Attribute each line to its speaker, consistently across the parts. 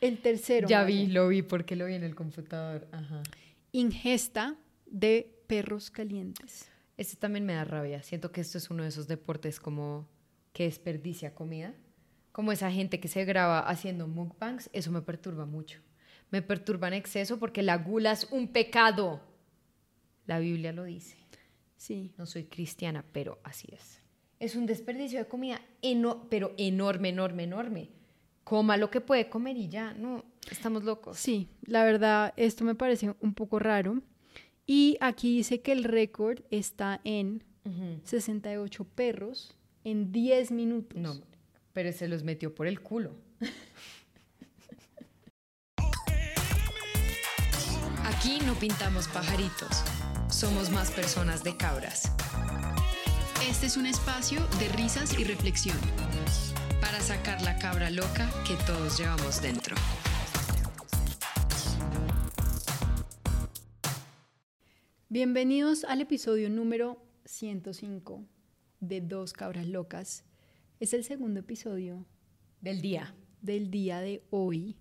Speaker 1: El tercero.
Speaker 2: Ya
Speaker 1: Maya.
Speaker 2: vi, lo vi porque lo vi en el computador. Ajá.
Speaker 1: Ingesta de perros calientes.
Speaker 2: Este también me da rabia. Siento que esto es uno de esos deportes como que desperdicia comida. Como esa gente que se graba haciendo mukbangs, eso me perturba mucho. Me perturba en exceso porque la gula es un pecado. La Biblia lo dice.
Speaker 1: Sí.
Speaker 2: No soy cristiana, pero así es. Es un desperdicio de comida, eno- pero enorme, enorme, enorme. Coma lo que puede comer y ya, no, estamos locos.
Speaker 1: Sí, la verdad, esto me parece un poco raro. Y aquí dice que el récord está en
Speaker 2: Ujú.
Speaker 1: 68 perros en 10 minutos.
Speaker 2: No, pero se los metió por el culo. Aquí no pintamos pajaritos, somos más personas de cabras.
Speaker 3: Este es un espacio de risas y reflexión.
Speaker 2: Para sacar la cabra loca que todos llevamos dentro.
Speaker 1: Bienvenidos al episodio número 105 de Dos Cabras Locas. Es el segundo episodio
Speaker 2: Del día.
Speaker 1: del día de hoy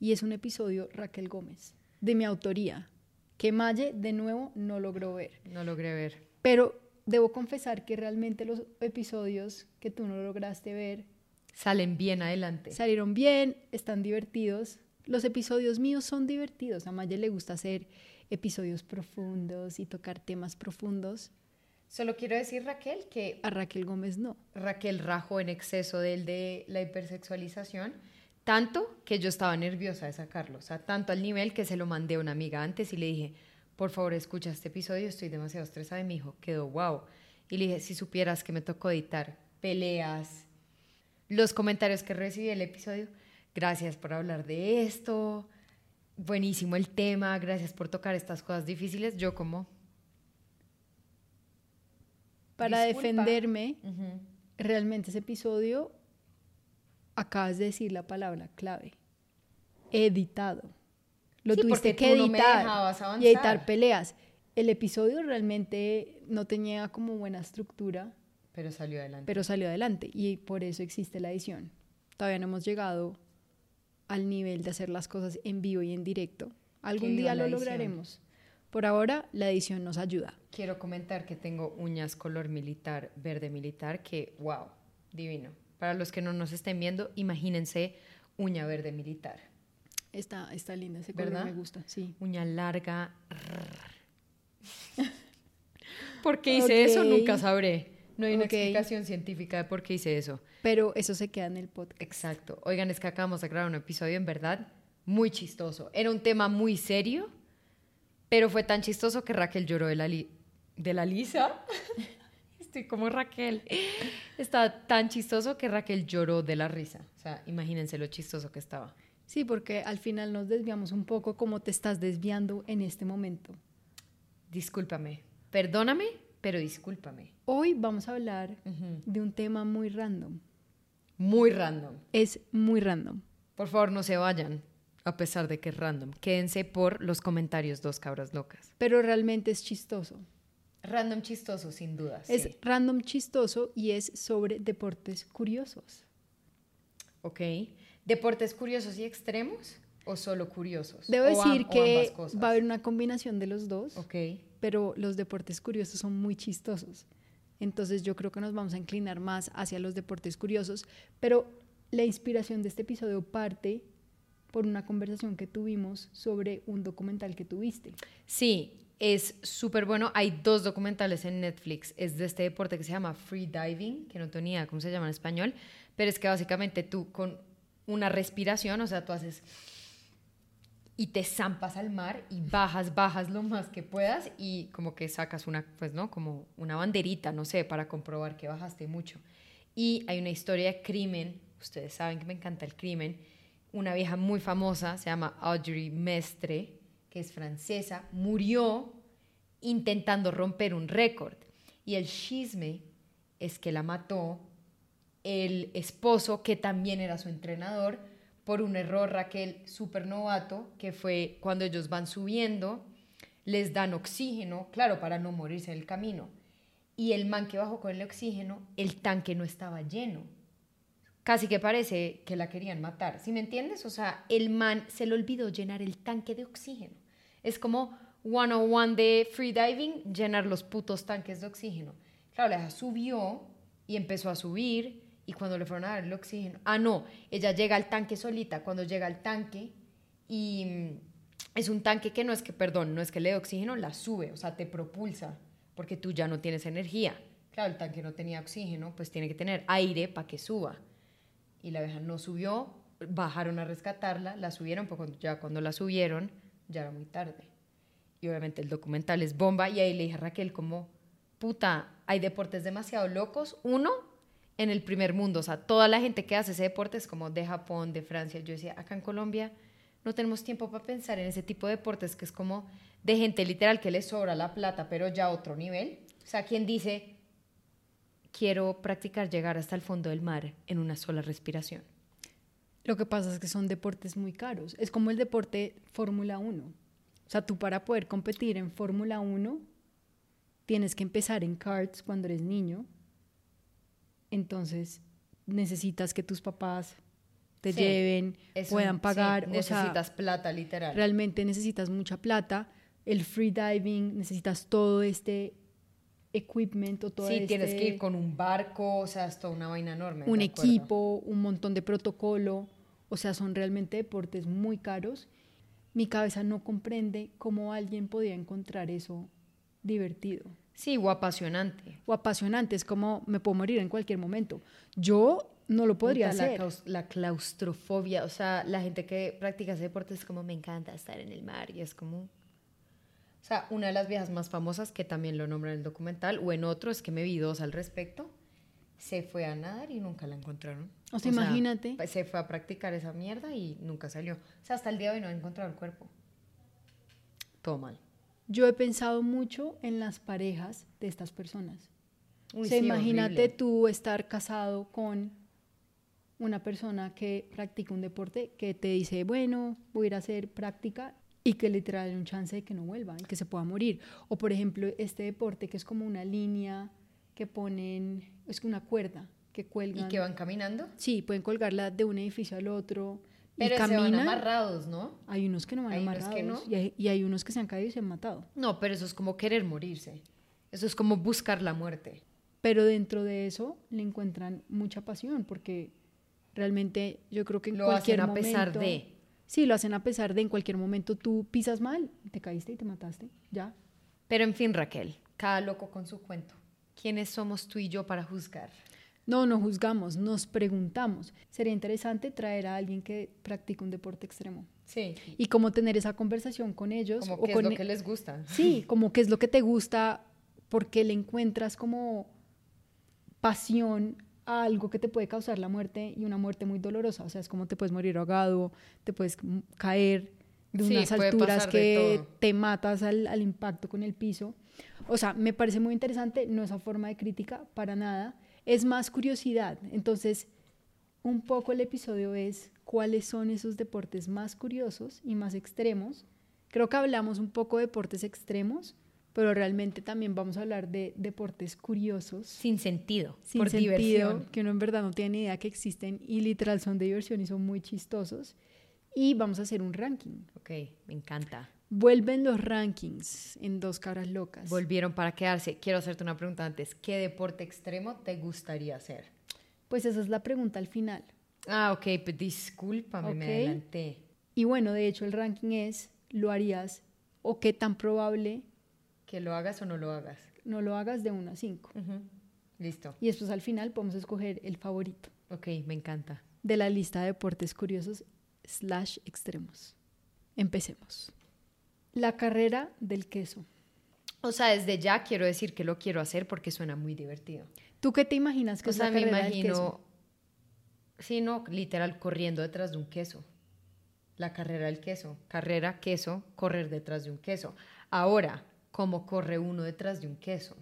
Speaker 1: y es un episodio Raquel Gómez, de mi autoría, que Maye de nuevo no logró ver.
Speaker 2: No logré ver.
Speaker 1: Pero debo confesar que realmente los episodios que tú no lograste ver
Speaker 2: Salen bien adelante.
Speaker 1: salieron bien, están divertidos. Los episodios míos son divertidos. A Maye le gusta hacer episodios profundos y tocar temas profundos.
Speaker 2: Solo quiero decir, Raquel, que
Speaker 1: A Raquel Gómez no.
Speaker 2: Raquel rajó en exceso del de la hipersexualización, tanto que yo estaba nerviosa de sacarlo, o sea, tanto al nivel que se lo mandé a una amiga antes y le dije, por favor, escucha este episodio, estoy demasiado estresada y me dijo, quedó wow. Y le dije, si supieras que me tocó editar peleas, los comentarios que recibí del episodio, gracias por hablar de esto, buenísimo el tema, gracias por tocar estas cosas difíciles, yo como...
Speaker 1: Para
Speaker 2: Disculpa.
Speaker 1: defenderme,
Speaker 2: "Ujú".
Speaker 1: realmente ese episodio acabas de decir la palabra clave. Editado. Lo
Speaker 2: Sí,
Speaker 1: tuviste
Speaker 2: porque
Speaker 1: que
Speaker 2: tú no me
Speaker 1: editar
Speaker 2: dejabas avanzar.
Speaker 1: y editar peleas. El episodio realmente no tenía como buena estructura,
Speaker 2: Pero salió adelante.
Speaker 1: pero salió adelante y por eso existe la edición. Todavía no hemos llegado al nivel de hacer las cosas en vivo y en directo. Algún
Speaker 2: viva
Speaker 1: día
Speaker 2: la
Speaker 1: lo
Speaker 2: edición.
Speaker 1: lograremos. Por ahora, la edición nos ayuda.
Speaker 2: Quiero comentar que tengo uñas color militar, verde militar, que wow, divino. Para los que no nos estén viendo, imagínense uña verde militar.
Speaker 1: Está, está linda ese color,
Speaker 2: ¿Verdad?
Speaker 1: me gusta. Sí.
Speaker 2: Uña larga. ¿Por qué hice eso? Nunca
Speaker 1: Ok.
Speaker 2: sabré. No hay una
Speaker 1: Ok.
Speaker 2: explicación científica de por qué hice eso.
Speaker 1: Pero eso se queda en el podcast.
Speaker 2: Exacto. Oigan, es que acabamos de grabar un episodio, en verdad, muy chistoso. Era un tema muy serio, pero fue tan chistoso que Raquel lloró de la, li- de la lisa. Estoy como Raquel. Estaba tan chistoso que Raquel lloró de la risa. O sea, imagínense lo chistoso que estaba.
Speaker 1: Sí, porque al final nos desviamos un poco como te estás desviando en este momento.
Speaker 2: Discúlpame. Perdóname, pero discúlpame.
Speaker 1: Hoy vamos a hablar
Speaker 2: Ujú.
Speaker 1: de un tema muy random.
Speaker 2: Muy random.
Speaker 1: Es muy random.
Speaker 2: Por favor, no se vayan, a pesar de que es random. Quédense por los comentarios, dos cabras locas.
Speaker 1: pero realmente es chistoso.
Speaker 2: Random chistoso, sin duda.
Speaker 1: Es random chistoso y es sobre deportes curiosos.
Speaker 2: Ok. ¿Deportes curiosos y extremos o solo curiosos?
Speaker 1: Debo
Speaker 2: O
Speaker 1: decir
Speaker 2: am- o ambas
Speaker 1: que
Speaker 2: cosas.
Speaker 1: va a haber una combinación de los dos,
Speaker 2: Ok.
Speaker 1: pero los deportes curiosos son muy chistosos. Entonces yo creo que nos vamos a inclinar más hacia los deportes curiosos, pero la inspiración de este episodio parte por una conversación que tuvimos sobre un documental que tuviste.
Speaker 2: Sí, es súper bueno. Hay dos documentales en Netflix. Es de este deporte que se llama free diving, que no tenía cómo se llama en español, pero es que básicamente tú con una respiración, o sea, tú haces y te zampas al mar y bajas, bajas lo más que puedas y como que sacas una, pues no, como una banderita, no sé, para comprobar que bajaste mucho. Y hay una historia de crimen, ustedes saben que me encanta el crimen, una vieja muy famosa, se llama Audrey Mestre, que es francesa, murió intentando romper un récord. Y el chisme es que la mató el esposo, que también era su entrenador, por un error, Raquel, súper novato, que fue cuando ellos van subiendo, les dan oxígeno, claro, para no morirse en el camino. Y el man que bajó con el oxígeno, el tanque no estaba lleno. casi que parece que la querían matar. ¿Sí me entiendes? O sea, el man se le olvidó llenar el tanque de oxígeno. Es como 101 de freediving, llenar los putos tanques de oxígeno. Claro, la hija subió y empezó a subir y cuando le fueron a dar el oxígeno... Ah, no, ella llega al tanque solita. Cuando llega al tanque y mm, es un tanque que no es que, perdón, no es que le dé oxígeno, la sube, o sea, te propulsa porque tú ya no tienes energía. Claro, el tanque no tenía oxígeno, pues tiene que tener aire para que suba. Y la abeja no subió, bajaron a rescatarla, la subieron, pero cuando- ya cuando la subieron, ya era muy tarde. Y obviamente el documental es bomba, y ahí le dije a Raquel como, puta, hay deportes demasiado locos. Uno, en el primer mundo, o sea, toda la gente que hace ese deporte es como de Japón, de Francia. Yo decía, acá en Colombia no tenemos tiempo para pensar en ese tipo de deportes que es como de gente literal que le sobra la plata, pero ya a otro nivel. O sea, quien dice, quiero practicar llegar hasta el fondo del mar en una sola respiración.
Speaker 1: Lo que pasa es que son deportes muy caros. Es como el deporte Fórmula 1. O sea, tú para poder competir en Fórmula 1 tienes que empezar en karts cuando eres niño. Entonces necesitas que tus papás te
Speaker 2: Sí.
Speaker 1: lleven,
Speaker 2: Es un-
Speaker 1: puedan
Speaker 2: sí,
Speaker 1: pagar. o sea,
Speaker 2: necesitas plata, literal.
Speaker 1: realmente necesitas mucha plata. El freediving, necesitas todo este equipment o todo
Speaker 2: sí, tienes
Speaker 1: este-
Speaker 2: que ir con un barco, o sea, es toda una vaina enorme.
Speaker 1: un
Speaker 2: de acuerdo.
Speaker 1: equipo, un montón de protocolo, o sea, son realmente deportes muy caros. Mi cabeza no comprende cómo alguien podía encontrar eso divertido
Speaker 2: Sí, o apasionante.
Speaker 1: o apasionante, es como me puedo morir en cualquier momento. Yo no lo podría
Speaker 2: Puta, la
Speaker 1: hacer.
Speaker 2: claus- La, claustrofobia, o sea, la gente que practica ese deporte es como, me encanta estar en el mar y es como... O sea, una de las viejas más famosas que también lo nombra en el documental o en otro, es que me vi dos al respecto, se fue a nadar y nunca la encontraron.
Speaker 1: O sea, imagínate.
Speaker 2: pa- Se fue a practicar esa mierda y nunca salió. O sea, hasta el día de hoy no ha encontrado el cuerpo. Todo mal.
Speaker 1: Yo he pensado mucho en las parejas de estas personas.
Speaker 2: Uy,
Speaker 1: o sea,
Speaker 2: sí,
Speaker 1: imagínate
Speaker 2: horrible.
Speaker 1: tú estar casado con una persona que practica un deporte que te dice, bueno, voy a ir a hacer práctica y que le trae un chance de que no vuelva y que se pueda morir. O por ejemplo, este deporte que es como una línea que ponen, es una cuerda que cuelgan.
Speaker 2: Y que van caminando.
Speaker 1: Sí, pueden colgarla de un edificio al otro
Speaker 2: Pero
Speaker 1: y
Speaker 2: se van
Speaker 1: caminan.
Speaker 2: amarrados, ¿no?
Speaker 1: Hay unos que no van
Speaker 2: Hay unos
Speaker 1: amarrados
Speaker 2: que no.
Speaker 1: y, hay, y hay unos que se han caído y se han matado.
Speaker 2: No, pero eso es como querer morirse. Eso es como buscar la muerte.
Speaker 1: pero dentro de eso le encuentran mucha pasión porque realmente yo creo que en
Speaker 2: Lo
Speaker 1: cualquier
Speaker 2: hacen a pesar
Speaker 1: momento-
Speaker 2: de.
Speaker 1: sí lo hacen a pesar de en cualquier momento tú pisas mal te caíste y te mataste ya
Speaker 2: Pero en fin, Raquel, cada loco con su cuento. ¿Quiénes somos tú y yo para juzgar?
Speaker 1: no no juzgamos nos preguntamos sería interesante traer a alguien que practica un deporte extremo
Speaker 2: Sí.
Speaker 1: y cómo tener esa conversación con ellos
Speaker 2: Como
Speaker 1: o
Speaker 2: qué es
Speaker 1: con e-
Speaker 2: lo que les gusta.
Speaker 1: Sí, como qué es lo que te gusta, porque le encuentras como pasión a algo que te puede causar la muerte y una muerte muy dolorosa. O sea, es como te puedes morir ahogado, te puedes m- caer de
Speaker 2: Sí,
Speaker 1: unas
Speaker 2: puede
Speaker 1: alturas
Speaker 2: pasar de
Speaker 1: que
Speaker 2: todo.
Speaker 1: te matas al, al impacto con el piso. O sea, me parece muy interesante, no esa forma de crítica para nada, es más curiosidad. Entonces, un poco el episodio es cuáles son esos deportes más curiosos y más extremos. Creo que hablamos un poco de deportes extremos, pero realmente también vamos a hablar de deportes curiosos,
Speaker 2: Sin sentido.
Speaker 1: sin
Speaker 2: por
Speaker 1: sentido,
Speaker 2: diversión.
Speaker 1: que uno en verdad no tiene ni idea que existen y literal son de diversión y son muy chistosos. Y vamos a hacer un ranking.
Speaker 2: Ok, me encanta.
Speaker 1: Vuelven los rankings en dos caras locas.
Speaker 2: Volvieron para quedarse. Quiero hacerte una pregunta antes. ¿Qué deporte extremo te gustaría hacer?
Speaker 1: pues esa es la pregunta al final.
Speaker 2: Ah, ok, pues discúlpame, me
Speaker 1: Ok.
Speaker 2: adelanté.
Speaker 1: Y bueno, de hecho el ranking es, ¿lo harías o qué tan probable
Speaker 2: Que lo hagas o no lo hagas.
Speaker 1: no lo hagas de 1 a 5?
Speaker 2: Ujú. Listo.
Speaker 1: Y después al final podemos escoger el favorito
Speaker 2: Ok, me encanta.
Speaker 1: de la lista de deportes curiosos slash extremos. Empecemos. La carrera del queso.
Speaker 2: O sea, desde ya quiero decir que lo quiero hacer porque suena muy divertido.
Speaker 1: ¿Tú qué te imaginas que
Speaker 2: O
Speaker 1: es
Speaker 2: sea,
Speaker 1: la
Speaker 2: me
Speaker 1: carrera del queso?
Speaker 2: Pues imagino, sí, no, literal, corriendo detrás de un queso. La carrera del queso. Carrera, queso, correr detrás de un queso. Ahora, ¿cómo corre uno detrás de un queso?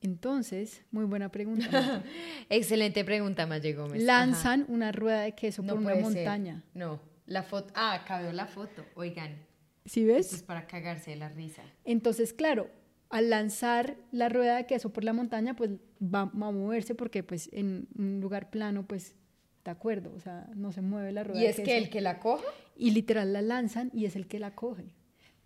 Speaker 1: Entonces, muy buena pregunta. Nata.
Speaker 2: Excelente pregunta, Maye Gómez. Pues, Ajá.
Speaker 1: Lanzan una rueda de queso
Speaker 2: No
Speaker 1: por una
Speaker 2: puede ser.
Speaker 1: montaña.
Speaker 2: No, la foto. Ah, cabió la foto. Oigan,
Speaker 1: ¿Sí
Speaker 2: esto
Speaker 1: ves?
Speaker 2: es para cagarse de la risa.
Speaker 1: Entonces, claro, al lanzar la rueda de queso por la montaña, pues va, va a moverse porque pues en un lugar plano, pues de acuerdo, o sea, no se mueve la rueda.
Speaker 2: Y es
Speaker 1: del
Speaker 2: que
Speaker 1: queso.
Speaker 2: el que la coja
Speaker 1: Y literal la lanzan y es el que la coge.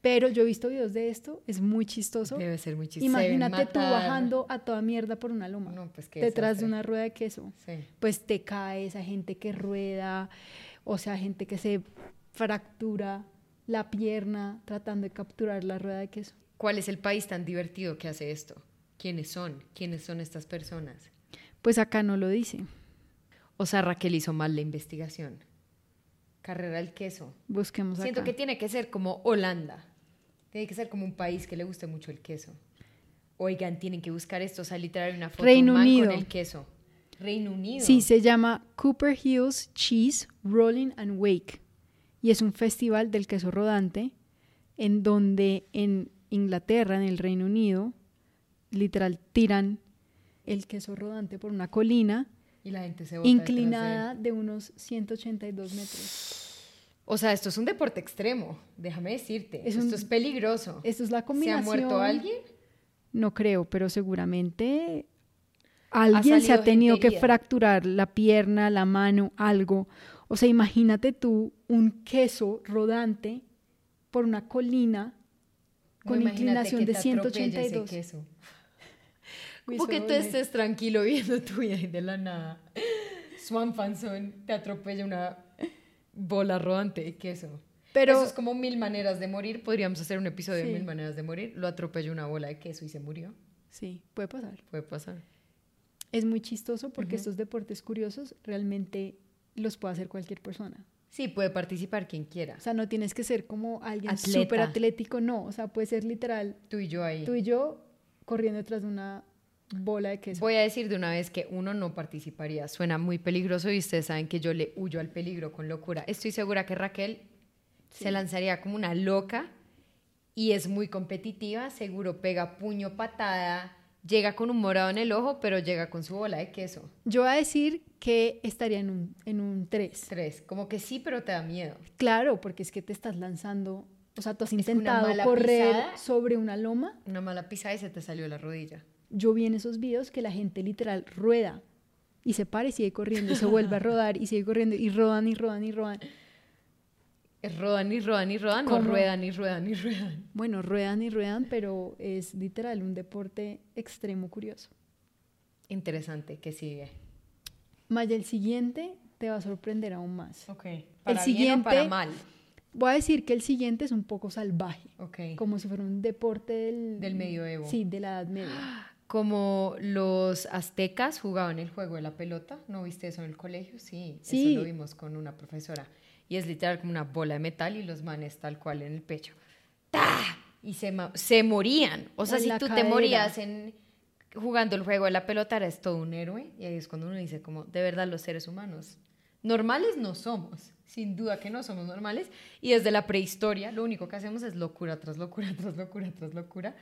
Speaker 1: Pero yo he visto videos de esto, es muy chistoso.
Speaker 2: debe ser muy chistoso.
Speaker 1: Imagínate tú bajando a toda mierda por una loma,
Speaker 2: No, pues, qué
Speaker 1: detrás de
Speaker 2: desastre.
Speaker 1: una rueda de queso.
Speaker 2: Sí.
Speaker 1: Pues te caes a gente que rueda, o sea, gente que se fractura la pierna tratando de capturar la rueda de queso.
Speaker 2: ¿Cuál es el país tan divertido que hace esto? ¿Quiénes son? ¿Quiénes son estas personas?
Speaker 1: Pues acá no lo dice.
Speaker 2: O sea, Raquel hizo mal la investigación. Carrera del queso.
Speaker 1: Busquemos
Speaker 2: Siento
Speaker 1: acá.
Speaker 2: que tiene que ser como Holanda. Tiene que ser como un país que le guste mucho el queso. Oigan, tienen que buscar esto. O sea, literal, una foto
Speaker 1: Reino
Speaker 2: man
Speaker 1: Unido.
Speaker 2: con el queso. Reino Unido.
Speaker 1: Sí, se llama Cooper Hills Cheese Rolling and Wake y es un festival del queso rodante en donde en Inglaterra, en el Reino Unido, literal tiran el queso rodante por una colina
Speaker 2: Y la gente se bota detrás de él.
Speaker 1: inclinada de unos 182 metros.
Speaker 2: O sea, esto es un deporte extremo. Déjame decirte.
Speaker 1: Es un-
Speaker 2: Esto es peligroso.
Speaker 1: Esto es la
Speaker 2: ¿Se ha
Speaker 1: combinación.
Speaker 2: muerto alguien?
Speaker 1: No creo, pero seguramente alguien se
Speaker 2: salido
Speaker 1: ha tenido
Speaker 2: gente
Speaker 1: que
Speaker 2: herida.
Speaker 1: fracturar la pierna, la mano, algo. O sea, imagínate tú un queso rodante por una colina
Speaker 2: No,
Speaker 1: con
Speaker 2: imagínate
Speaker 1: inclinación
Speaker 2: que
Speaker 1: de
Speaker 2: te atropella ese
Speaker 1: 182.
Speaker 2: queso.
Speaker 1: Uy,
Speaker 2: Como que
Speaker 1: eso
Speaker 2: tú
Speaker 1: duele.
Speaker 2: estés tranquilo viendo tu vida y de la nada. Swan Fanzón te atropella una bola rodante de queso.
Speaker 1: Pero-
Speaker 2: Pero eso es como mil maneras de morir. Podríamos hacer un episodio
Speaker 1: Sí.
Speaker 2: de mil maneras de morir. Lo atropelló una bola de queso y se murió.
Speaker 1: Sí, puede pasar.
Speaker 2: Puede pasar.
Speaker 1: Es muy chistoso porque estos deportes curiosos realmente los puede hacer cualquier persona.
Speaker 2: Sí, puede participar quien quiera.
Speaker 1: O sea, no tienes que ser como alguien
Speaker 2: Atleta.
Speaker 1: súper atlético, no. O sea, puede ser literal
Speaker 2: Tú y yo ahí.
Speaker 1: tú y yo corriendo detrás de una bola de queso.
Speaker 2: Voy a decir de una vez que uno no participaría. Suena muy peligroso y ustedes saben que yo le huyo al peligro con locura. Estoy segura que Raquel se lanzaría como una loca y es muy competitiva. Seguro pega puño, patada, llega con un morado en el ojo, pero llega con su bola de queso.
Speaker 1: Yo voy a decir que estaría en un, en un 3.
Speaker 2: Tres. Como que sí, pero te da miedo.
Speaker 1: Claro, porque es que te estás lanzando, o sea, tú has
Speaker 2: Es que una
Speaker 1: intentado
Speaker 2: mala
Speaker 1: correr
Speaker 2: pisada.
Speaker 1: sobre una loma.
Speaker 2: Una mala pisada y se te salió la rodilla.
Speaker 1: Yo vi en esos videos que la gente literal rueda y se para y sigue corriendo y se vuelve a rodar y sigue corriendo y rodan y rodan y rodan.
Speaker 2: Rodan y rodan y rodan,
Speaker 1: ¿Cómo?
Speaker 2: no ruedan y ruedan y ruedan.
Speaker 1: Bueno, ruedan y ruedan, pero es literal un deporte extremo curioso.
Speaker 2: Interesante, que sigue.
Speaker 1: Maya, el siguiente te va a sorprender aún más.
Speaker 2: Ok.
Speaker 1: ¿Para
Speaker 2: Para
Speaker 1: bien
Speaker 2: bien
Speaker 1: o para
Speaker 2: para
Speaker 1: siguiente-
Speaker 2: mal.
Speaker 1: Voy a decir que el siguiente es un poco salvaje,
Speaker 2: Ok.
Speaker 1: como si fuera un deporte del...
Speaker 2: Del medioevo.
Speaker 1: Sí, de la Edad Media.
Speaker 2: Como los aztecas jugaban el juego de la pelota, ¿no viste eso en el colegio? Sí,
Speaker 1: Sí.
Speaker 2: eso lo vimos con una profesora. Y es literal como una bola de metal y los manes tal cual en el pecho. ¡Ta! Y se, ma- se morían. O sea,
Speaker 1: O en
Speaker 2: si
Speaker 1: la
Speaker 2: tú
Speaker 1: cadera.
Speaker 2: te morías en, jugando el juego de la pelota, eres todo un héroe. Y ahí es cuando uno dice como, de verdad, los seres humanos normales no somos. Sin duda que no somos normales. Y desde la prehistoria, lo único que hacemos es locura tras locura, tras locura, tras locura.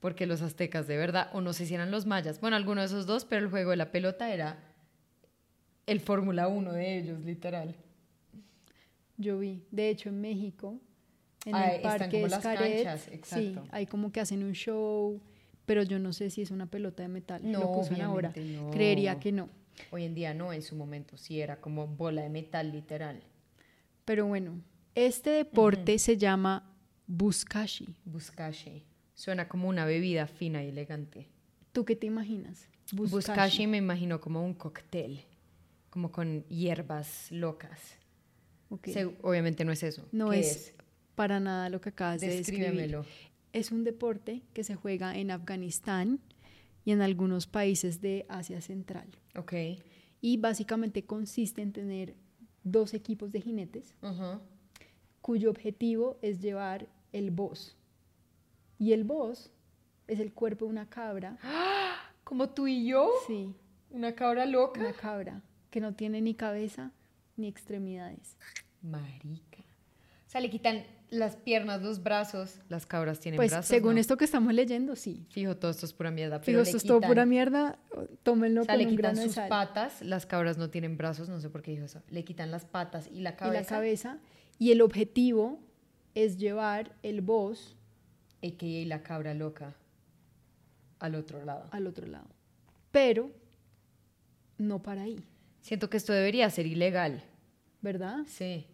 Speaker 2: Porque los aztecas, de verdad, o no se hicieran los mayas. Bueno, alguno de esos dos, pero el juego de la pelota era el Fórmula 1 de ellos, literal.
Speaker 1: Yo vi, de hecho en México, en
Speaker 2: Ah,
Speaker 1: el
Speaker 2: están
Speaker 1: parque
Speaker 2: como las
Speaker 1: Xcaret,
Speaker 2: canchas,
Speaker 1: sí,
Speaker 2: exacto.
Speaker 1: hay como que hacen un show, pero yo no sé si es una pelota de metal, lo
Speaker 2: No,
Speaker 1: puso ahora,
Speaker 2: obviamente no.
Speaker 1: creería que no,
Speaker 2: Hoy en día no, en su momento sí era como bola de metal, literal.
Speaker 1: pero bueno, este deporte se llama buskashi.
Speaker 2: Buscashi. Suena como una bebida fina y elegante.
Speaker 1: ¿Tú qué te imaginas?
Speaker 2: Buscashi, me imagino como un cóctel, como con hierbas locas.
Speaker 1: Ok.
Speaker 2: Se- obviamente no es eso.
Speaker 1: No
Speaker 2: ¿Qué
Speaker 1: es, para nada lo que acabas de describir.
Speaker 2: Descríbemelo.
Speaker 1: Es un deporte que se juega en Afganistán y en algunos países de Asia Central.
Speaker 2: Ok.
Speaker 1: Y básicamente consiste en tener dos equipos de jinetes
Speaker 2: Ujú.
Speaker 1: cuyo objetivo es llevar el boss. Y el boss es el cuerpo de una cabra,
Speaker 2: Como tú y yo,
Speaker 1: sí,
Speaker 2: una cabra loca.
Speaker 1: una cabra que no tiene ni cabeza ni extremidades.
Speaker 2: Marica. O sea, le quitan las piernas, los brazos. Las cabras tienen
Speaker 1: Pues
Speaker 2: brazos.
Speaker 1: según
Speaker 2: ¿no?
Speaker 1: esto que estamos leyendo, sí.
Speaker 2: Fijo, todo esto es pura mierda. pero
Speaker 1: Fijo,
Speaker 2: le
Speaker 1: esto es todo
Speaker 2: quitan-
Speaker 1: pura mierda, tómenlo
Speaker 2: O sea,
Speaker 1: con
Speaker 2: le
Speaker 1: un
Speaker 2: quitan
Speaker 1: grano de
Speaker 2: sus
Speaker 1: sal.
Speaker 2: patas, las cabras no tienen brazos, no sé por qué dijo eso. Le quitan las patas y la cabeza.
Speaker 1: y la cabeza. Y el objetivo es llevar el boss
Speaker 2: AKA la cabra loca al otro lado.
Speaker 1: al otro lado. Pero no para ahí.
Speaker 2: Siento que esto debería ser ilegal.
Speaker 1: ¿verdad?
Speaker 2: Sí.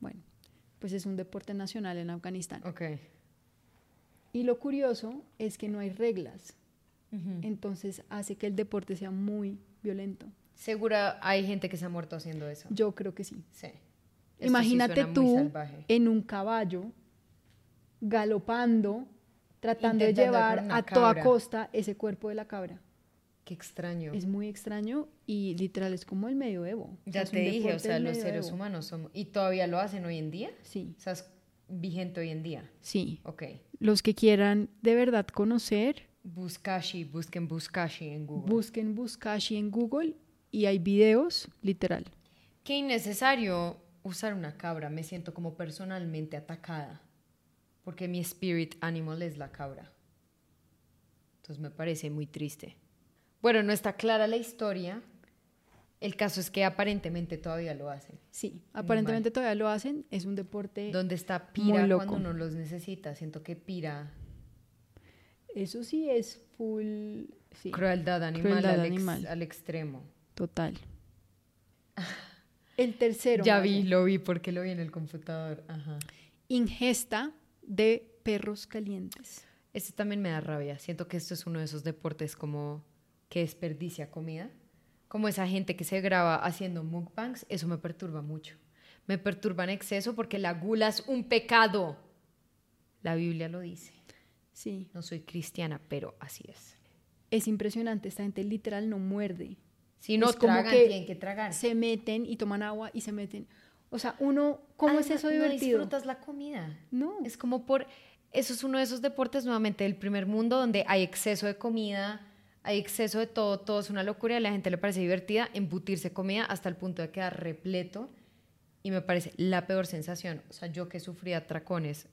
Speaker 1: Bueno, pues es un deporte nacional en Afganistán.
Speaker 2: Ok.
Speaker 1: Y lo curioso es que no hay reglas,
Speaker 2: Mm.
Speaker 1: entonces hace que el deporte sea muy violento.
Speaker 2: Segura hay gente que se ha muerto haciendo eso.
Speaker 1: Yo creo que sí.
Speaker 2: Sí. Ah. Esto sí
Speaker 1: Imagínate
Speaker 2: suena muy
Speaker 1: tú
Speaker 2: salvaje.
Speaker 1: en un caballo galopando, tratando de
Speaker 2: Intentando dar
Speaker 1: llevar
Speaker 2: con una
Speaker 1: a toda
Speaker 2: cabra.
Speaker 1: costa ese cuerpo de la cabra.
Speaker 2: Qué extraño.
Speaker 1: Es muy extraño y literal es como el medioevo. O sea,
Speaker 2: Ya
Speaker 1: es
Speaker 2: te
Speaker 1: un
Speaker 2: dije,
Speaker 1: deporte
Speaker 2: o sea,
Speaker 1: del
Speaker 2: los seres
Speaker 1: medioevo.
Speaker 2: humanos somos... ¿Y todavía lo hacen hoy en día?
Speaker 1: Sí,
Speaker 2: O sea, es vigente hoy en día.
Speaker 1: sí.
Speaker 2: Ok.
Speaker 1: Los que quieran de verdad conocer,
Speaker 2: Buskashi, busquen Buskashi en Google.
Speaker 1: busquen Buskashi en Google y hay videos, literal.
Speaker 2: Qué innecesario usar una cabra. Me siento como personalmente atacada. Porque mi spirit animal es la cabra. Entonces me parece muy triste. Bueno, no está clara la historia. El caso es que aparentemente todavía lo hacen.
Speaker 1: Sí, aparentemente todavía lo hacen, es un deporte.
Speaker 2: ¿Dónde está
Speaker 1: Muy
Speaker 2: Pira
Speaker 1: loco.
Speaker 2: cuando uno los necesita? Siento que Pira,
Speaker 1: Eso sí es full. Sí,
Speaker 2: crueldad animal,
Speaker 1: Crueldad
Speaker 2: al, ex-
Speaker 1: animal.
Speaker 2: al extremo.
Speaker 1: total. El tercero.
Speaker 2: ya
Speaker 1: Maya,
Speaker 2: vi, lo vi porque lo vi en el computador. Ajá.
Speaker 1: Ingesta de perros calientes.
Speaker 2: Este también me da rabia. Siento que esto es uno de esos deportes como que desperdicia comida. Como esa gente que se graba haciendo mukbangs, eso me perturba mucho. Me perturba en exceso porque la gula es un pecado. La Biblia lo dice.
Speaker 1: Sí.
Speaker 2: No soy cristiana, pero así es.
Speaker 1: Es impresionante, esta gente literal no muerde.
Speaker 2: Si no
Speaker 1: Es como
Speaker 2: Pues tragan,
Speaker 1: que
Speaker 2: tienen que tragar.
Speaker 1: Se meten y toman agua y se meten. O sea, uno, ¿cómo es
Speaker 2: Además,
Speaker 1: eso
Speaker 2: Ah, No
Speaker 1: divertido?
Speaker 2: disfrutas la comida.
Speaker 1: No.
Speaker 2: Es como por... Eso es uno de esos deportes nuevamente del primer mundo donde hay exceso de comida, hay exceso de todo, todo es una locura y a la gente le parece divertida embutirse comida hasta el punto de quedar repleto y me parece la peor sensación. O sea, yo que sufrí atracones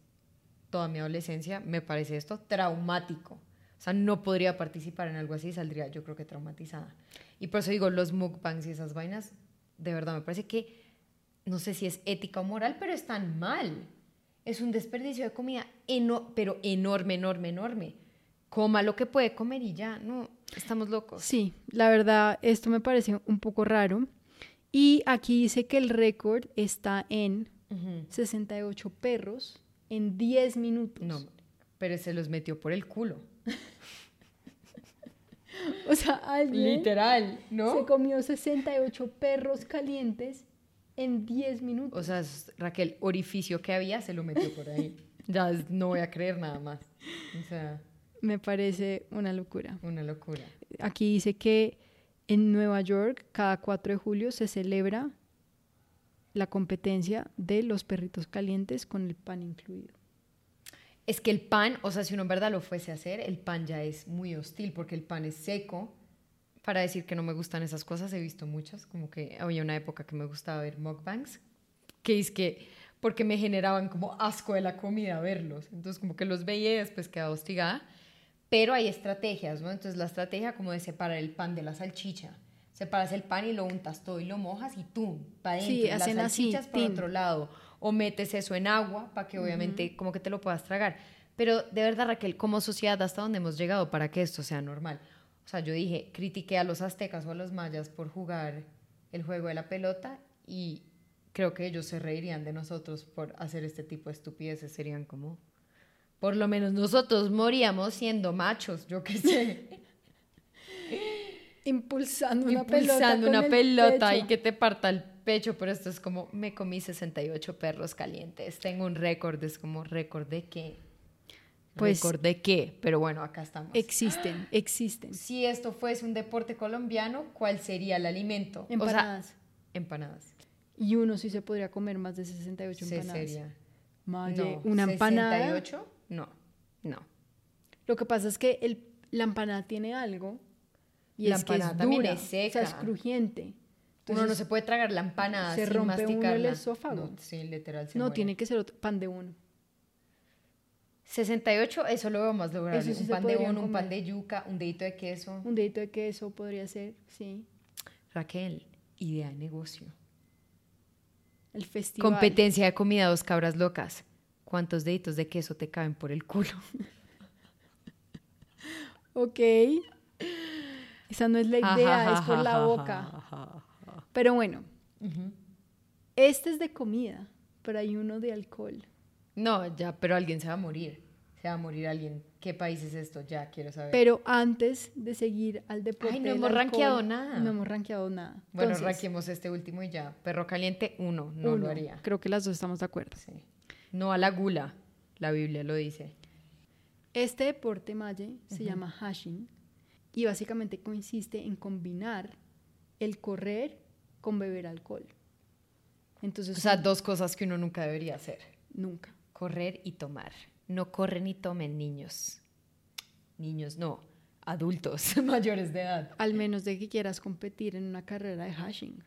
Speaker 2: toda mi adolescencia, me parece esto traumático. O sea, no podría participar en algo así, saldría yo creo que traumatizada. Y por eso digo, los mukbangs y esas vainas, de verdad, me parece que, no sé si es ética o moral, pero están mal. Es un desperdicio de comida, eno- pero enorme, enorme, enorme. Coma lo que puede comer y ya, no, estamos locos.
Speaker 1: Sí, la verdad, esto me parece un poco raro. Y aquí dice que el récord está en
Speaker 2: Ujú.
Speaker 1: 68 perros en 10 minutos.
Speaker 2: No, pero se los metió por el culo.
Speaker 1: O sea, alguien
Speaker 2: Literal, ¿no?
Speaker 1: se comió 68 perros calientes en 10 minutos.
Speaker 2: O sea, es- Raquel, orificio que había se lo metió por ahí. Ya es- no voy a creer nada más. O sea,
Speaker 1: me parece una locura.
Speaker 2: una locura.
Speaker 1: Aquí dice que en Nueva York, cada 4 de julio, se celebra la competencia de los perritos calientes con el pan incluido.
Speaker 2: Es que el pan, o sea, si uno en verdad lo fuese a hacer, el pan ya es muy hostil porque el pan es seco. Para decir que no me gustan esas cosas, he visto muchas, como que había una época que me gustaba ver mukbangs, que es que porque me generaban como asco de la comida verlos. Entonces como que los veía y después quedaba hostigada. Pero hay estrategias, ¿no? Entonces la estrategia como de separar el pan de la salchicha. Separas el pan y lo untas todo y lo mojas y tú, para adentro.
Speaker 1: Sí,
Speaker 2: las
Speaker 1: hacen así,
Speaker 2: salchichas por
Speaker 1: tin.
Speaker 2: otro lado. O metes eso en agua para que obviamente como que te lo puedas tragar. Pero de verdad, Raquel, como sociedad, ¿hasta dónde hemos llegado para que esto sea normal? O sea, yo dije, critiqué a los aztecas o a los mayas por jugar el juego de la pelota y creo que ellos se reirían de nosotros por hacer este tipo de estupideces. Serían como, por lo menos nosotros moríamos siendo machos, yo qué sé,
Speaker 1: Impulsando una pelota.
Speaker 2: impulsando
Speaker 1: con
Speaker 2: una
Speaker 1: el
Speaker 2: pelota y
Speaker 1: pecho.
Speaker 2: que te parta el pecho, pero esto es como, me comí 68 perros calientes, tengo un récord, es como, ¿récord de qué?
Speaker 1: Pues-
Speaker 2: ¿Récord de qué? Pero bueno, acá estamos.
Speaker 1: Existen, existen.
Speaker 2: si esto fuese un deporte colombiano, ¿cuál sería el alimento? O sea,
Speaker 1: Empanadas.
Speaker 2: empanadas.
Speaker 1: y uno sí se podría comer más de 68
Speaker 2: Sí,
Speaker 1: Pues empanadas.
Speaker 2: sería.
Speaker 1: Maye,
Speaker 2: No,
Speaker 1: una empanada.
Speaker 2: 68? No, no.
Speaker 1: Lo que pasa es que el, la empanada tiene algo y
Speaker 2: La
Speaker 1: es que es
Speaker 2: empanada también
Speaker 1: dura,
Speaker 2: es
Speaker 1: o sea, es
Speaker 2: seca.
Speaker 1: crujiente.
Speaker 2: uno no
Speaker 1: Entonces,
Speaker 2: se puede tragar la empanada
Speaker 1: se
Speaker 2: sin
Speaker 1: rompe uno el
Speaker 2: masticarla.
Speaker 1: esófago.
Speaker 2: No, sí, literal se
Speaker 1: no
Speaker 2: muere.
Speaker 1: tiene que ser otro pan de uno.
Speaker 2: 68, eso lo veo más lograble.
Speaker 1: Eso sí
Speaker 2: un
Speaker 1: se
Speaker 2: pan de
Speaker 1: podrían
Speaker 2: bono, un pan
Speaker 1: comer. Mm.
Speaker 2: de yuca, un dedito de queso.
Speaker 1: Un dedito de queso podría ser, sí.
Speaker 2: Raquel, idea de negocio.
Speaker 1: El festival.
Speaker 2: Competencia de comida dos cabras locas. ¿Cuántos deditos de queso te caben por el culo? Ah,
Speaker 1: Ok. Esa no es la idea, es por la boca. Pero bueno,
Speaker 2: Ujú.
Speaker 1: este es de comida, pero hay uno de alcohol.
Speaker 2: No, ya, pero alguien se va a morir. Se va a morir alguien. ¿Qué país es esto? Ya, quiero saber.
Speaker 1: Pero antes de seguir al deporte.
Speaker 2: Ay, no
Speaker 1: del
Speaker 2: hemos
Speaker 1: alcohol,
Speaker 2: rankeado nada.
Speaker 1: No hemos rankeado nada.
Speaker 2: bueno,
Speaker 1: Entonces,
Speaker 2: ranquemos este último y ya. Perro caliente, uno. No
Speaker 1: uno,
Speaker 2: lo haría.
Speaker 1: Creo que las dos estamos de acuerdo.
Speaker 2: Sí. No a la gula. La Biblia lo dice.
Speaker 1: Este deporte, Maye, se llama hashing y básicamente consiste en combinar el correr con beber alcohol.
Speaker 2: O
Speaker 1: Entonces,
Speaker 2: sea, dos cosas que uno nunca debería hacer.
Speaker 1: nunca.
Speaker 2: Correr y tomar. No corren ni tomen niños. Niños, no. Adultos mayores de edad.
Speaker 1: Al menos de que quieras competir en una carrera de hashing.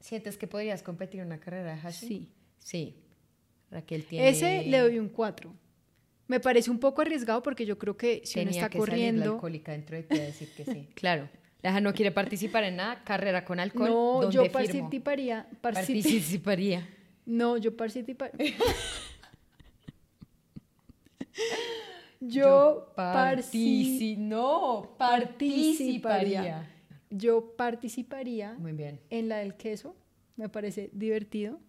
Speaker 2: ¿Sientes que podrías competir en una carrera de hashing?
Speaker 1: Sí.
Speaker 2: Sí. Raquel tiene...
Speaker 1: Ese le doy un 4. Me parece un poco arriesgado porque yo creo que si uno
Speaker 2: Tenía
Speaker 1: está
Speaker 2: que salir la
Speaker 1: corriendo.
Speaker 2: alcohólica dentro de ti a decir que sí. claro. La Jana no quiere participar en nada. Carrera con alcohol.
Speaker 1: No,
Speaker 2: ¿dónde
Speaker 1: yo
Speaker 2: firmo?
Speaker 1: participaría. particip-
Speaker 2: Participaría.
Speaker 1: No, yo participaría.
Speaker 2: Yo
Speaker 1: yo participaría.
Speaker 2: partici- No, participaría.
Speaker 1: Yo participaría
Speaker 2: Muy bien.
Speaker 1: en la del queso, me parece divertido.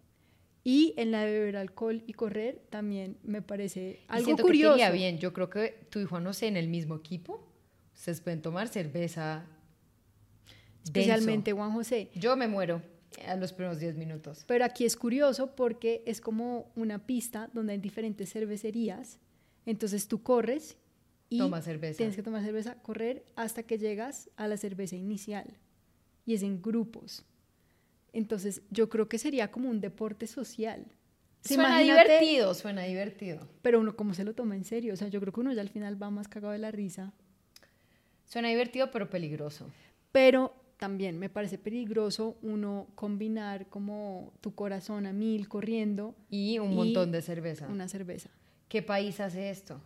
Speaker 1: Y en la de beber alcohol y correr también me parece
Speaker 2: Y
Speaker 1: algo
Speaker 2: siento que te iría
Speaker 1: curioso.
Speaker 2: bien. Yo creo que tú y Juan, no sé, en el mismo equipo, ustedes pueden tomar cerveza. denso.
Speaker 1: especialmente Juan José.
Speaker 2: Yo me muero a los primeros 10 minutos.
Speaker 1: Pero aquí es curioso porque es como una pista donde hay diferentes cervecerías. Entonces tú corres y
Speaker 2: Toma cerveza.
Speaker 1: tienes que tomar cerveza, correr hasta que llegas a la cerveza inicial. Y es en grupos. Entonces yo creo que sería como un deporte social. O sea,
Speaker 2: suena
Speaker 1: imagínate-
Speaker 2: divertido, suena divertido.
Speaker 1: Pero uno como se lo toma en serio. O sea, yo creo que uno ya al final va más cagado de la risa.
Speaker 2: Suena divertido, pero peligroso.
Speaker 1: Pero también me parece peligroso uno combinar como tu corazón a mil corriendo
Speaker 2: Y un
Speaker 1: Y
Speaker 2: montón de cerveza.
Speaker 1: una cerveza.
Speaker 2: ¿Qué país hace esto?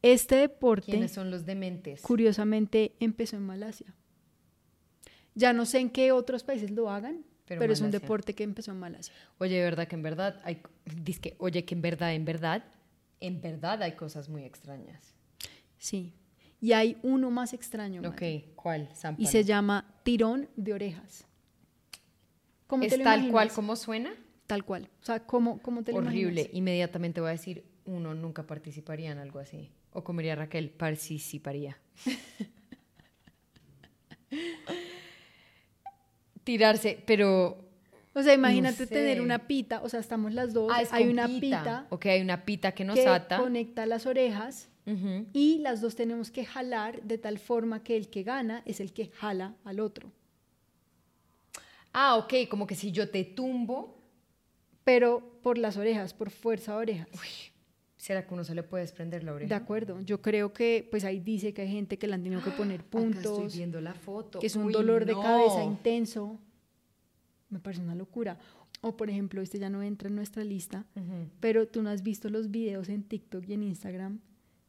Speaker 1: Este deporte,
Speaker 2: ¿Quiénes son los dementes?
Speaker 1: curiosamente, empezó en Malasia. Ya no sé en qué otros países lo hagan,
Speaker 2: Pero
Speaker 1: pero, es un
Speaker 2: Malasia.
Speaker 1: deporte que empezó en Malasia.
Speaker 2: Oye, de verdad que en verdad hay. Dice oye, que en verdad, en verdad, en verdad hay cosas muy extrañas.
Speaker 1: Sí. Y hay uno más extraño.
Speaker 2: Ok,
Speaker 1: Mari,
Speaker 2: ¿cuál?
Speaker 1: y se llama tirón de orejas. ¿Cómo te
Speaker 2: ¿Es
Speaker 1: lo
Speaker 2: tal cual
Speaker 1: imaginas?
Speaker 2: como suena?
Speaker 1: Tal cual. O sea, ¿cómo, cómo te lo
Speaker 2: Horrible.
Speaker 1: imaginas?
Speaker 2: Inmediatamente voy a decir, uno nunca participaría en algo así. O como diría Raquel, participaría. Tirarse, pero...
Speaker 1: O sea, imagínate
Speaker 2: sé.
Speaker 1: tener una pita, o sea, estamos las dos,
Speaker 2: Ah, es
Speaker 1: hay
Speaker 2: con
Speaker 1: una pita
Speaker 2: Ok, hay una pita que nos
Speaker 1: que
Speaker 2: ata.
Speaker 1: conecta las orejas
Speaker 2: Ujú.
Speaker 1: y las dos tenemos que jalar de tal forma que el que gana es el que jala al otro.
Speaker 2: Ah, ok, como que si yo te tumbo,
Speaker 1: Pero por las orejas, por fuerza de orejas.
Speaker 2: ¿será que uno se le puede desprender la oreja?
Speaker 1: De acuerdo, yo creo que pues ahí dice que hay gente que le han tenido que poner
Speaker 2: Acá estoy
Speaker 1: puntos,
Speaker 2: viendo la foto.
Speaker 1: que es un
Speaker 2: Uy,
Speaker 1: dolor de
Speaker 2: no.
Speaker 1: cabeza intenso. Me parece una locura. O por ejemplo, este ya no entra en nuestra lista,
Speaker 2: Ujú.
Speaker 1: pero tú no has visto los videos en TikTok y en Instagram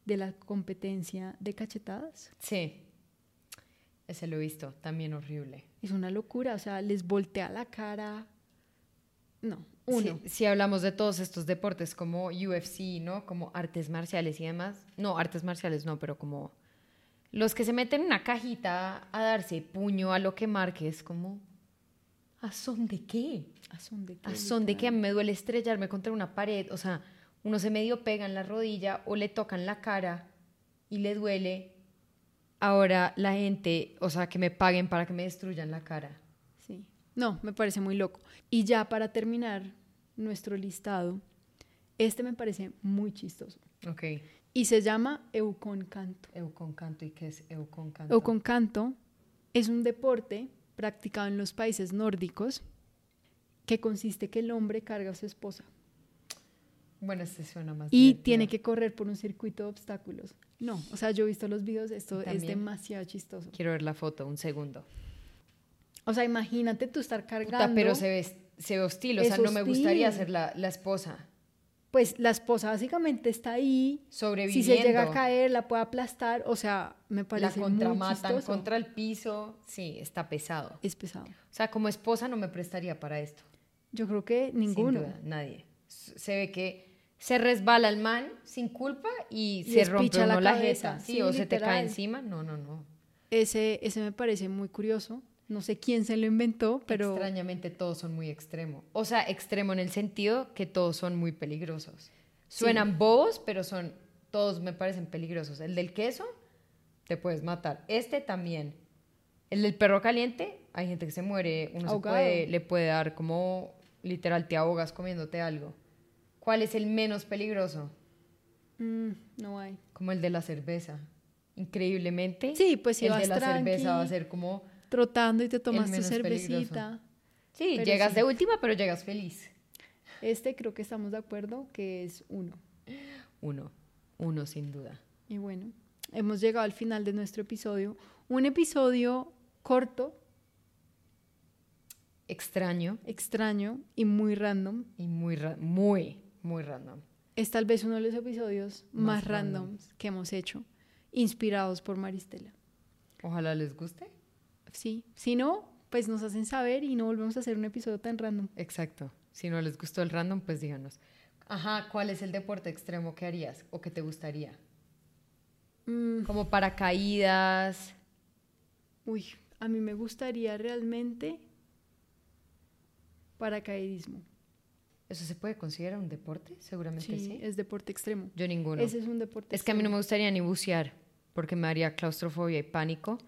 Speaker 1: de la competencia de cachetadas.
Speaker 2: Sí, ese lo he visto, también horrible.
Speaker 1: Es una locura, o sea, les voltea la cara. No, uno.
Speaker 2: Si, si hablamos de todos estos deportes como UFC, ¿no? Como artes marciales y demás. No, artes marciales no, pero como los que se meten en una cajita a darse puño a lo que marque, es como ¿a son de qué?
Speaker 1: ¿A son de qué?
Speaker 2: ¿A son de qué? A
Speaker 1: literal?
Speaker 2: mí me duele estrellarme contra una pared, o sea, uno se medio pega en la rodilla o le tocan la cara y le duele. Ahora la gente, o sea, que me paguen para que me destruyan la cara.
Speaker 1: Sí. No, me parece muy loco. Y ya para terminar nuestro listado, este me parece muy chistoso.
Speaker 2: Ok.
Speaker 1: Y se llama Euconcanto.
Speaker 2: Euconcanto, ¿y qué es euconcanto?
Speaker 1: Euconcanto es un deporte practicado en los países nórdicos que consiste que el hombre carga a su esposa
Speaker 2: Bueno, este suena más.
Speaker 1: y
Speaker 2: divertido.
Speaker 1: tiene que correr por un circuito de obstáculos. No, o sea, yo he visto los videos, esto es
Speaker 2: También.
Speaker 1: demasiado chistoso.
Speaker 2: Quiero ver la foto, un segundo.
Speaker 1: O sea, imagínate tú estar cargando.
Speaker 2: Puta, pero se ve, se ve hostil, o sea,
Speaker 1: Es
Speaker 2: no me gustaría
Speaker 1: hostil.
Speaker 2: ser la, la esposa.
Speaker 1: Pues la esposa básicamente está ahí. Si
Speaker 2: Sobreviviendo.
Speaker 1: se llega a caer, la puede aplastar. O sea, me
Speaker 2: la
Speaker 1: parece muy
Speaker 2: contramatan
Speaker 1: chistoso.
Speaker 2: contra el piso. Sí, está pesado.
Speaker 1: Es pesado.
Speaker 2: O sea, como esposa no me prestaría para esto.
Speaker 1: Yo creo que
Speaker 2: sin
Speaker 1: ninguno.
Speaker 2: duda, nadie. S- Se ve que se resbala el man sin culpa y,
Speaker 1: Y
Speaker 2: se rompe
Speaker 1: espicha la
Speaker 2: uno la,
Speaker 1: cabeza,
Speaker 2: jeta. Sí,
Speaker 1: sí,
Speaker 2: o se te cae
Speaker 1: literal.
Speaker 2: encima. No, no, no.
Speaker 1: Ese, ese me parece muy curioso. No sé quién se lo inventó, pero
Speaker 2: Extrañamente todos son muy extremos. O sea, extremo en el sentido que todos son muy peligrosos. Suenan bobos, pero son todos me parecen peligrosos. El del queso te puedes matar. Este también. El del perro caliente, hay gente que se muere, uno se
Speaker 1: Ahogado.
Speaker 2: puede- le puede dar como literal te ahogas comiéndote algo. ¿Cuál es el menos peligroso?
Speaker 1: mm, no hay.
Speaker 2: Como el de la cerveza. Increíblemente.
Speaker 1: Sí, pues si
Speaker 2: el
Speaker 1: vas
Speaker 2: de la cerveza va a
Speaker 1: tranqui.
Speaker 2: ser como
Speaker 1: Trotando y te tomas tu
Speaker 2: menos
Speaker 1: cervecita.
Speaker 2: Sí,
Speaker 1: Pero
Speaker 2: llegas
Speaker 1: sí.
Speaker 2: de última, pero llegas feliz.
Speaker 1: Este creo que estamos de acuerdo que es uno.
Speaker 2: Uno, uno sin duda.
Speaker 1: Y bueno, hemos llegado al final de nuestro episodio. Un episodio corto,
Speaker 2: Extraño
Speaker 1: extraño y muy random.
Speaker 2: y muy, ra- muy, muy random.
Speaker 1: Es tal vez uno de los episodios más,
Speaker 2: Más
Speaker 1: randoms que hemos hecho, inspirados por Maristela.
Speaker 2: Ojalá les guste.
Speaker 1: Sí, si no, pues nos hacen saber y no volvemos a hacer un episodio tan random.
Speaker 2: Exacto. Si no les gustó el random, pues díganos. Ajá, ¿cuál es el deporte extremo que harías o que te gustaría?
Speaker 1: Mm,
Speaker 2: Como paracaídas.
Speaker 1: uy, a mí me gustaría realmente paracaidismo.
Speaker 2: ¿Eso se puede considerar un deporte? Seguramente
Speaker 1: Sí,
Speaker 2: sí.
Speaker 1: es deporte extremo.
Speaker 2: Yo ninguno.
Speaker 1: Ese es un deporte
Speaker 2: Es que a mí no
Speaker 1: extremo.
Speaker 2: me gustaría ni bucear, porque me haría claustrofobia y pánico.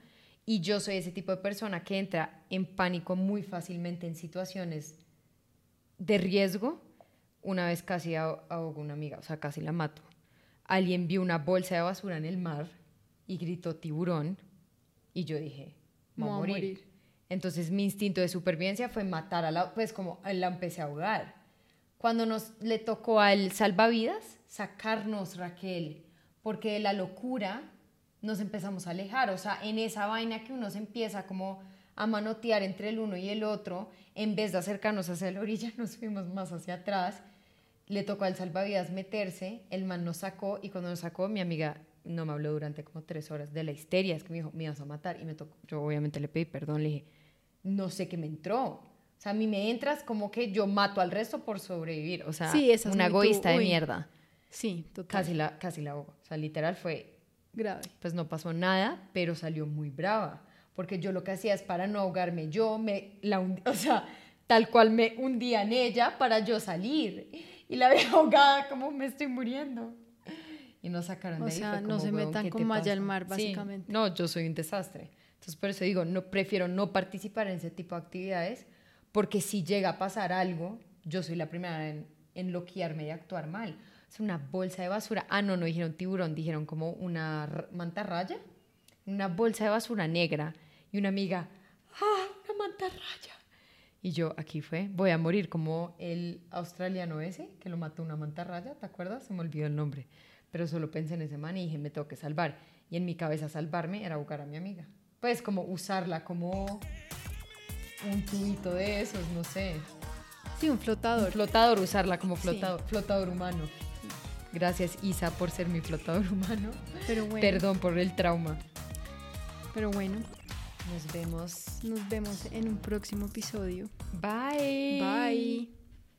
Speaker 2: Y yo soy ese tipo de persona que entra en pánico muy fácilmente en situaciones de riesgo. Una vez casi ah- ahogo a una amiga, o sea, casi la mato. Alguien vio una bolsa de basura en el mar y gritó tiburón. Y yo dije, me voy a morir. Entonces mi instinto de supervivencia fue matar a la, pues como la empecé a ahogar. Cuando nos le tocó al salvavidas, sacarnos Raquel, porque de la locura nos empezamos a alejar, o sea, en esa vaina que uno se empieza como a manotear entre el uno y el otro, en vez de acercarnos hacia la orilla, nos fuimos más hacia atrás. Le tocó al salvavidas meterse, el man nos sacó y cuando nos sacó mi amiga no me habló durante como tres horas de la histeria, es que me dijo, me vas a matar y me tocó, yo obviamente le pedí perdón, le dije, no sé qué me entró. O sea, a mí me entras como que yo mato al resto por sobrevivir. O sea,
Speaker 1: Sí, esa es
Speaker 2: una
Speaker 1: muy tú,
Speaker 2: egoísta de
Speaker 1: uy.
Speaker 2: mierda.
Speaker 1: Sí, total.
Speaker 2: Casi la, casi la ahogo. O sea, literal fue
Speaker 1: Grave.
Speaker 2: pues no pasó nada, pero salió muy brava, porque yo lo que hacía es para no ahogarme yo, me la hundi- o sea, tal cual me hundía en ella para yo salir y la veía ahogada como me estoy muriendo. Y no sacaron
Speaker 1: O
Speaker 2: de ahí,
Speaker 1: sea,
Speaker 2: fue
Speaker 1: no
Speaker 2: como,
Speaker 1: se
Speaker 2: "Huevón,
Speaker 1: metan
Speaker 2: ¿qué te
Speaker 1: con Maya al
Speaker 2: pasa?".
Speaker 1: mar,
Speaker 2: Sí,
Speaker 1: básicamente.
Speaker 2: no, yo soy un desastre. Entonces, por eso digo, no prefiero no participar en ese tipo de actividades, porque si llega a pasar algo, yo soy la primera en enloquearme y actuar mal. Es una bolsa de basura. Ah, no, no dijeron tiburón, dijeron como una r- mantarraya. Una bolsa de basura negra. Y una amiga, ¡ah, una mantarraya! Y yo, aquí fue, voy a morir como el australiano ese que lo mató una mantarraya, ¿te acuerdas? Se me olvidó el nombre. Pero solo pensé en ese man y dije, me tengo que salvar. Y en mi cabeza salvarme era buscar a mi amiga. Pues como usarla como un tubito de esos, no sé.
Speaker 1: Sí, un flotador.
Speaker 2: Flotador, usarla como
Speaker 1: Sí.
Speaker 2: flotador, flotador humano. Gracias Isa por ser mi flotador humano.
Speaker 1: Pero bueno,
Speaker 2: Perdón por el trauma.
Speaker 1: pero bueno,
Speaker 2: Nos vemos.
Speaker 1: nos vemos en un próximo episodio.
Speaker 2: Bye.
Speaker 1: Bye.